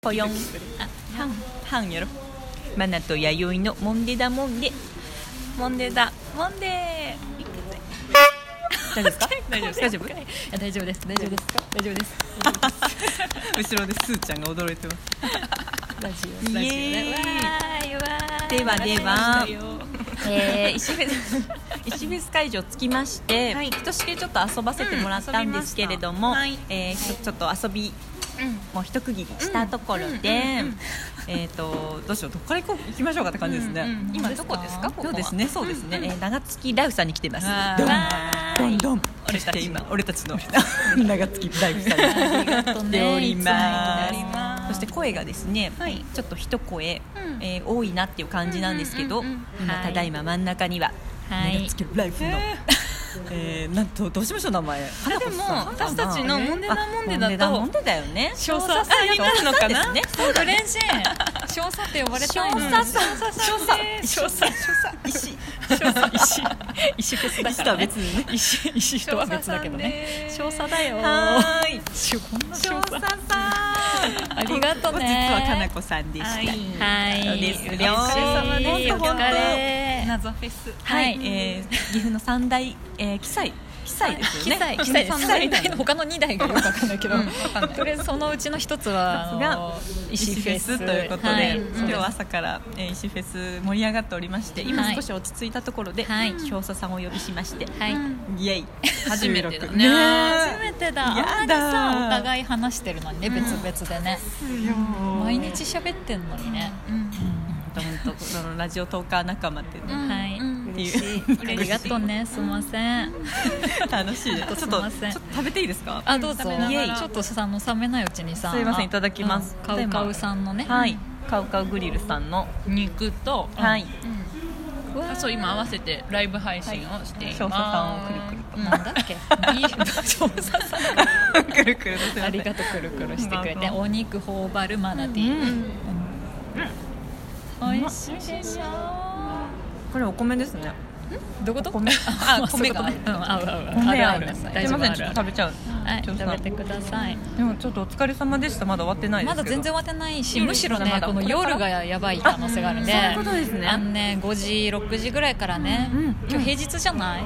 ぽよんあはんはんやろマナと弥生のモンデだモンデモンデだモンデ 大丈夫ですか大丈夫です大丈夫いや大丈夫です大丈夫ですか大丈夫です後ろですーちゃんが驚いてますラジイオラジオエねーイではではえー、石フェス石フェス会場着きまして、はいひとしきりちょっと遊ばせてもらったんですけれども、うん遊びましたえーちょちょっと遊びもう一区切りしたところで、えっ、とどうしようどこから行こう行きましょうかって感じですね。うんうん今どこですかここはそうですねそうですね。えー長月ライフさんに来ています。わどんーいどんどん。俺たち今俺たちの長月ライフさんあにりがとう来ねておりまいつもありがとうす。そして声がですね、はいちょっと一声、うんえー多いなっていう感じなんですけど、うんうんうんうん今はいただいま真ん中には、はい長月ライフの。えー、なんとどうしましょう名前でも私たちのモンデあダモンデだとモンデダモンデだよね少佐さんになるのかな少佐ですね嬉しい少佐って呼ばれたいの少佐さん少佐さんです少佐石石石フェスだか石とらねは別にね石石とは別だけどね少少佐佐だよはーいしこんな少少佐さ佐んありがとね本日はかなこさんでしたはいそうですよお疲れ様です本当本当お疲れ謎フェスははいい、えー、岐阜の三大、えー、記載記載です機よね 材機材記三載台台の他の二台がよくわかんないけど、うんわかんないとりあえずそのうちの一つはあのが石フェスということで、はい今日朝から、えー石フェス盛り上がっておりまして今はい少し落ち着いたところで、はい少佐さんをお呼びしまして、はいイエイ初めてだ収録ねえ初めてだやだあんなにさお互い話してるのにね別々でね、毎日喋ってんのにね、本当そのラジオトーカー仲間っていうのははい、ん嬉しい嬉しいありがとうねすいません楽しいですちすょっいとませんちょっと食べていいですかあどうぞ食べながらちょっとさあの冷めないうちにさすいませんいただきますカウカウさんのねはいカウカウグリルさんの肉と、はいうわーそう今合わせてライブ配信をしています、少佐さんをくるくるとなんだっ けビール少佐さんくるくるとすいませんありがとくるくるしてくれてうんお肉頬張るマナテうィー、ん美味しいでしょこれお米ですねどこと米ああ米がそういうことねうん合う合う合う米ああるるあるすい大丈ま夫せんちあるょっとある食べちゃうはいちょっと食べてくださいでもちょっとお疲れ様でしたまだ終わってないでますけだど全然終わってないしうんむしろまねだこまだの夜がやばい可能性があるんであそういうことですねあのね5時6時ぐらいからねうん今日平日じゃない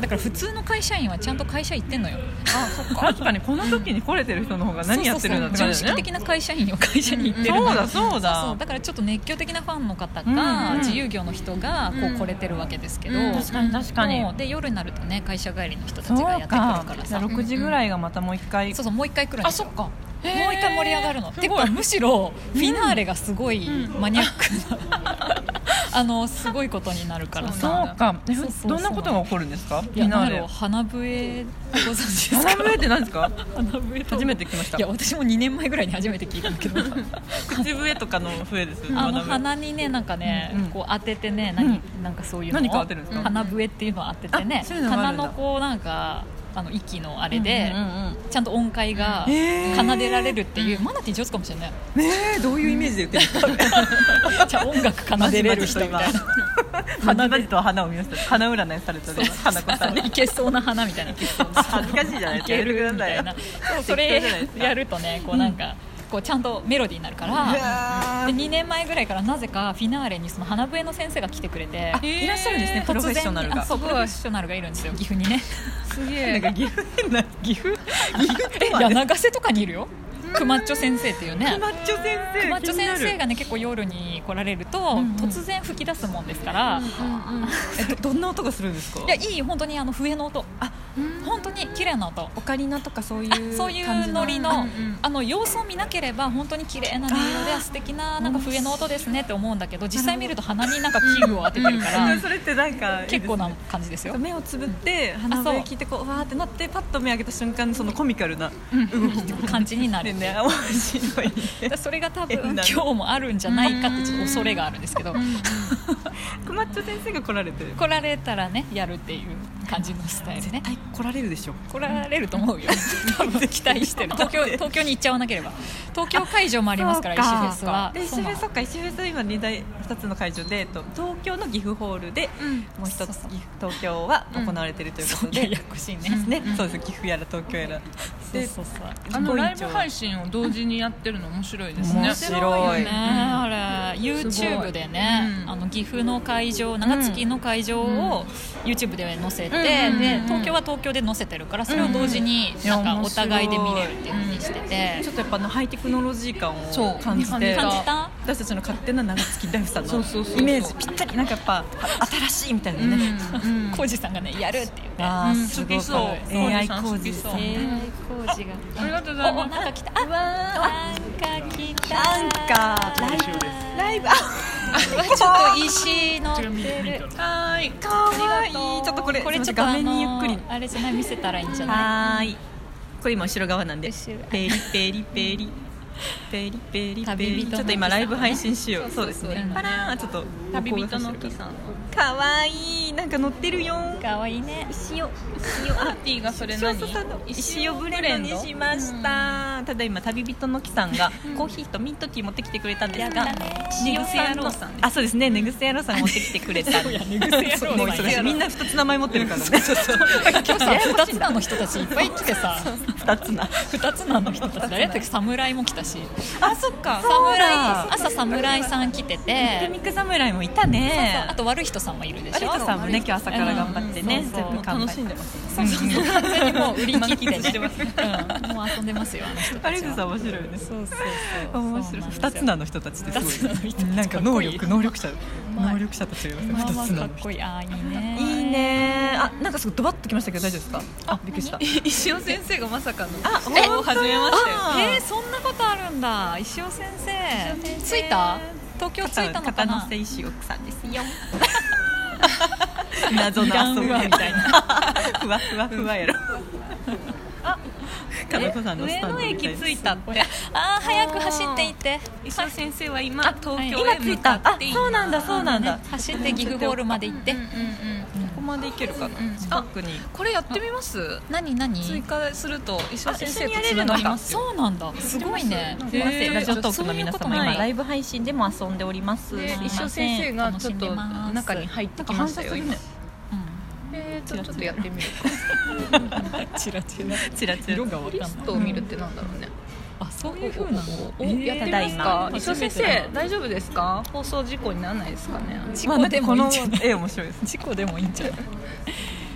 だから普通の会社員はちゃんと会社行ってんのよあそっか確かにこの時に来れてる人の方が何やってるんだってそう感そじうそうだ常識よね的な会社員を会社に行ってるのそうよだそうそだうだからちょっと熱狂的なファンの方うんが、うん自由業の人がこうんう来れてるわけですけど、うん確かに確かにもうで夜になるとね会社帰りの人たちそうがやってくるかからじゃさあ6時ぐらいがまたもう一回そうそうもう一回来るんあですそよっかもうもう一回盛り上がるのてかむしろフィナーレがすごいマニアックな、 あのすごいことになるからそうさかえそうそうそうどんなことが起こるんですかフいやィなナんーだろうレ花笛ご存知ですか花笛って何ですか花笛と初めて聞きましたいや私も2年前ぐらいに初めて聞いたんだけど口笛とかの笛ですよねあの花笛鼻にねなんかね、うんこう当ててね何、うなんかそういうのを何か当てるんですか鼻笛っていうのを当ててねあそういうのがあ鼻るんだのこうなんかあの息のあれで、うんうんうんちゃんと音階がへー奏でられるっていう、マナティー上手かもしれない ねえどういうイメージで言ってるんですかじゃあ音楽奏でれ る人みたいな花まじと花を見ました花占いされたで花子さんにいけそうな花みたいな 恥ずかしいじゃないですかやめてくだみさたいよいなそうそれやるとねこうなんか、こうちゃんとメロディーになるからで2年前ぐらいからなぜかフィナーレにその花笛の先生が来てくれてあいらっしゃるんですね突然プロフェッショナルがあそうプロフェッショナルがいるんですよ岐阜にねすげなんえか岐阜変な岐阜岐阜ってえ柳瀬とかにいるよ熊っちょ先生っていうねマッチョ先生熊っちょ先生ががね結構夜に来られると、ん突然吹き出すもんですから、えどどんな音がするんですかいやいい本当にあの笛の音あ本当に綺麗な音オカリナとかそういう感じのそういうノリの,、うんうんあの様子を見なければ本当に綺麗な音色であ素敵ななんか笛の音ですねって思うんだけど実際見ると鼻になんか器具を当ててるかうらんそれってなんかいいですね結構な感 じですよ。目をつぶって鼻あそ声う聞いてこうわーってなってパッと目開けた瞬間にそのコミカルな感じになでるっていうね面白 いねだからそれが多分変今なの日もあるんじゃないかってちょっと恐れがあるんですけどクマッチョ先生が来られてる来られたらねやるっていう感じのスタイルね絶対来られるでしょ来られると思 うよ多分期待してる東京東京に行っちゃわなければ東京会場もありますからそう石フかェスはでそう石なフのェスそっか石フェス今二大二つの会場でえっと東京の岐阜ホールで、んもう一つそうそう岐阜東京は行われてるというこそとうやで、やこしいねね、そうです岐阜やら東京やらそうでそうそうあのご一ライ緒ブ配信を同時にやってるの面白いですね面白いよねあれすごい YouTube でね、うんあの岐阜の会場長月の会場を YouTube で載せて、うんでうん東京は東京で載せてるからそれを同時にうんなんいやか面お白い互いで見れるっていうふうにしてて、ちょっとやっぱあのハイテクノロジー感そをう感じて感じた私たちの勝手な長月大夫さんそのうそうそうそうイメージぴったりなんかやっぱあ新しいみたいなね、うん浩二さんがねやるっていうねあうんーすご好いきそう AI 工好き事そさうんね工事がありがとうございおおなんますか来たあなんか来たなんかライブライブあちょっと石のってるはーい可愛いちょっとこれこすれいまちせょん画っとあ面にゆっのくりあれじゃない見せたらいいんじゃないはーいこれ今後ろ側なんで後ろペリペリペリペリペリペ旅リ人ちの木さんねょっと今ライブ配信しようそうですそうねそうパラーンちょっと旅人の木さんかわいいなんか乗ってるよかわいいね塩パーティーがそれ塩何さんの石をブレンドにしましうんた、ただ今旅人の木さんがコーヒーとミントティー持ってきてくれたんですがやったねねぐせ野郎さんあそうですねねぐせ野郎さん持ってきてくれたそうやねぐせ野郎さんもう忙しいみんな二つ名前持ってるからね今日さ二つなの人たちいっぱい来てさ二つな二つなの人たち誰だって侍も来たしあそっか侍侍朝侍さん来てピてミック侍もいたそうねあと悪い人さんもいるで有しょ田さんもね今日朝から頑張ってねうん全部完売楽しんでますそうそうそう完全にもう売り切って満喫してねまうんもう遊んでますよあの人た有ち田はさん面白いよねそうそうそう面白い二つなの人たちってすごい二つ名の人たちなんか能力かっ能力者まい能力者たちがいままあすね二まあつかなっの人こいいああいいねいいねあなんかすごいドバッときましたけど大丈夫ですかあびっくりした石尾先生がまさかのあえ初めましてあえー、そんなことあるんだ石尾先生生着いた東京着いたのか片な野選手奥さんですよ謎の遊びいらんわみたいなふわふわふわやろ加藤さんのスタンドみたいです上野駅着いたってあー早く走っていって石尾先生は今東京今へ着い向たかあっていそうなんだそうなんだね走って岐阜ゴールまで行って、うんうんうんここまで行けるかなうん近くにこれやってみます何何追加すると石尾先生あ一緒にやとれつるなのがかりますよそうなんだすごいねすみませへんーラジオトークの皆そういうこと様なんだ今ライブ配信でも遊んでおりますですいません石尾先生がちょっと中に入ってきましたよ今えーとちょっとやってみるかチラチラチラチラわリストを見るってなんだろうねあそういう風なのおやってみますかえー石尾先生大丈夫ですか放送事故にならないですかね事まあな故んかでこもいいんのじゃない絵面白いです事故でもいいんじゃない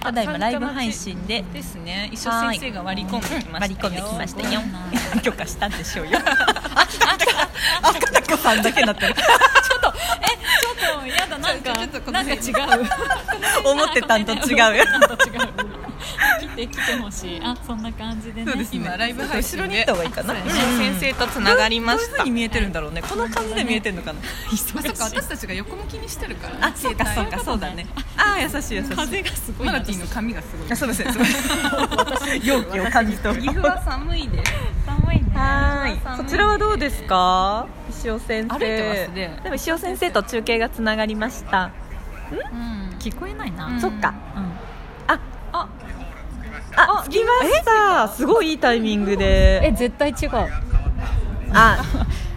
ただいまライブ配信でですね石尾先生が割り込んできました割り込んできましたよすごいな許可したんでしょうよ赤高さんだけになってるちょっとやだなんかちょっとこのなんか違う思ってたん と違うよ思ってたんと違う来て来てほしいあそんな感じでねそうですね今ライブ配信で後ろに行った方がいいかなそうですね先生とつながりましどういうた風に見えてるんだろうねこの感じで見えてるのかな忙しいまさか私たちが横向きにしてるからねあそうかそう携かそうだねあー優しい優しい風がすご帯いマなナティーの髪がすごいあそうですねすごい容器を感じており岐ま阜すは寒いです寒いねはーい、そちらはどうですか、石尾先生。歩いてますねでも石尾先生と中継がつながりました。うん聞こえないな、うんそっか。うんあ、あ、あ、着きました。すごいいいタイミングえで。絶対違うあ、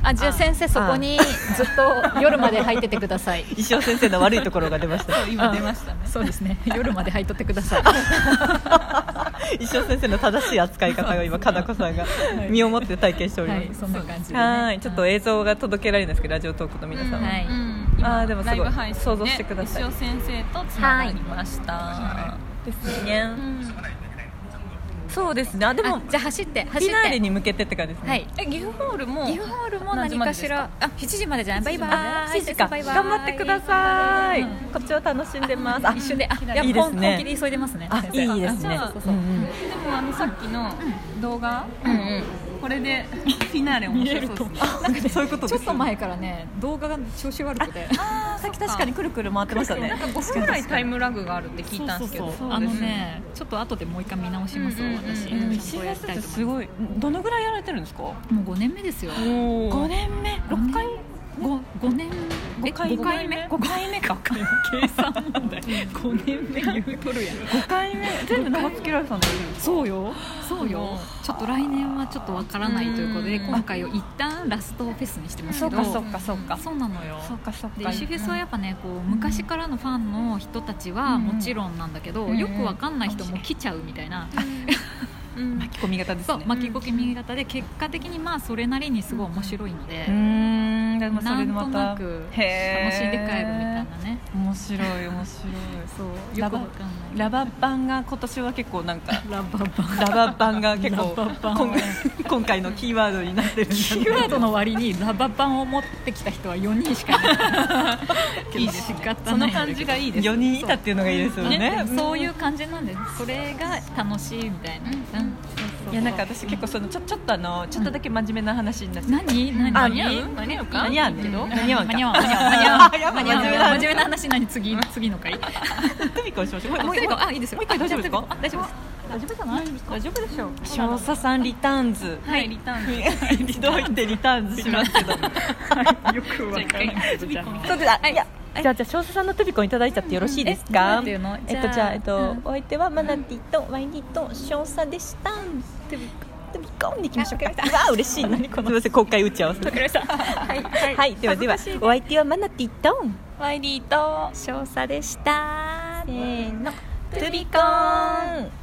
あじゃあ先生そこにずっと夜まで入っててください石尾先生の悪いところが出ま した。今出ましたねそうですね夜まで入っとってくださ い石尾先生の正しい扱い方が今、かなこさんがい身をもって体験しておりはまいす。そんな感じで、ね、はい、ちょっと映像が届けられないですけど、ラジオトークの皆さん。はいうん今あーでもすごいライブ配信で想像してください石尾先生とつながりましたですねうんそうですね。あでもあ、じゃあ走ってフ走ィってナーレに向けてって感じですね。はいえ岐阜ホールもギフホールも何かしらあ7時までじゃないバイバイ7時かバイバイ頑張ってくださいうんこっちを楽しんでますあ一緒であいいですね本気で急いでますねあ先生いいですねあそうそうそううんうんでもあのさっきの動画、うんうんこれでフィナーレ面白そうですねなんかね そういうことちでょっすと前からね動画が調子悪くてあーさっき確かにくるくる回ってましたねなんか5分ぐらいタイムラグがあるって聞いたんですけどあのねちょっと後でもう一回見直しますうんうんうん私うんちゃんとやりたいと思いますごいどのぐらいやられてるんですかもう5年目ですよ5年目5年5年五回5回目5回目か計算問題5年目言うとるやん5回目全部名前付けられたんだよそうよそうよちょっと来年はちょっとわからないということでうん今回を一旦ラストフェスにしてますそうけかどそうかそうかそうなのよそうかそうでか石フェスはやっぱねこう昔からのファンの人たちはもちろんなんだけど、うんよくわかんない人も来ちゃうみたいな、うん巻き込み型ですそうね巻き込み型で結果的にまあそれなりにすごい面白いので、うーんでもそれでまなたんとなくへ楽しんで帰るみたいななね面白い面白いそうよくわかんないラババンが今年は結構なんかラババラババンが結構ラババンこん今回のキーワードになってるんだキーワードの割にラバパンを持ってきた人は4人しかいない いいですねその感じがいいです4人いたっていうのがいいですよねねそういうう感じなんですそれが楽しいみたいな、うんんいやなんか私結構そのちょちょっとあのちょっとだけ真面目な話になっちゃう何何あ何似合う何やんか間に合うね間に合う間に合わんかん間に合わん間に合わんあやっぱ間に合わん真面目だ真面目な話何次次の回トミコにしましょうもうあもう最後もうあいいですよもう一回大丈夫ですかあ大丈夫です大丈夫かな大丈夫でしょう少佐さんリターンズはいリターンリドイってリターンズしますけどよくわからないじゃそうですあいやじゃあじゃあ少佐さんのトビコいただいちゃってよろしいですか、うんうんえなんてえいうっのとじじゃゃああえっと、うんお相手はマナティとワイニーと少佐でしたトビコトビコに行きましょうかうわー嬉しい何このすいません公開打ち合わせはいはい、ではでは、お相手はマナティとワイリーと少佐でしたせーのトゥビコーン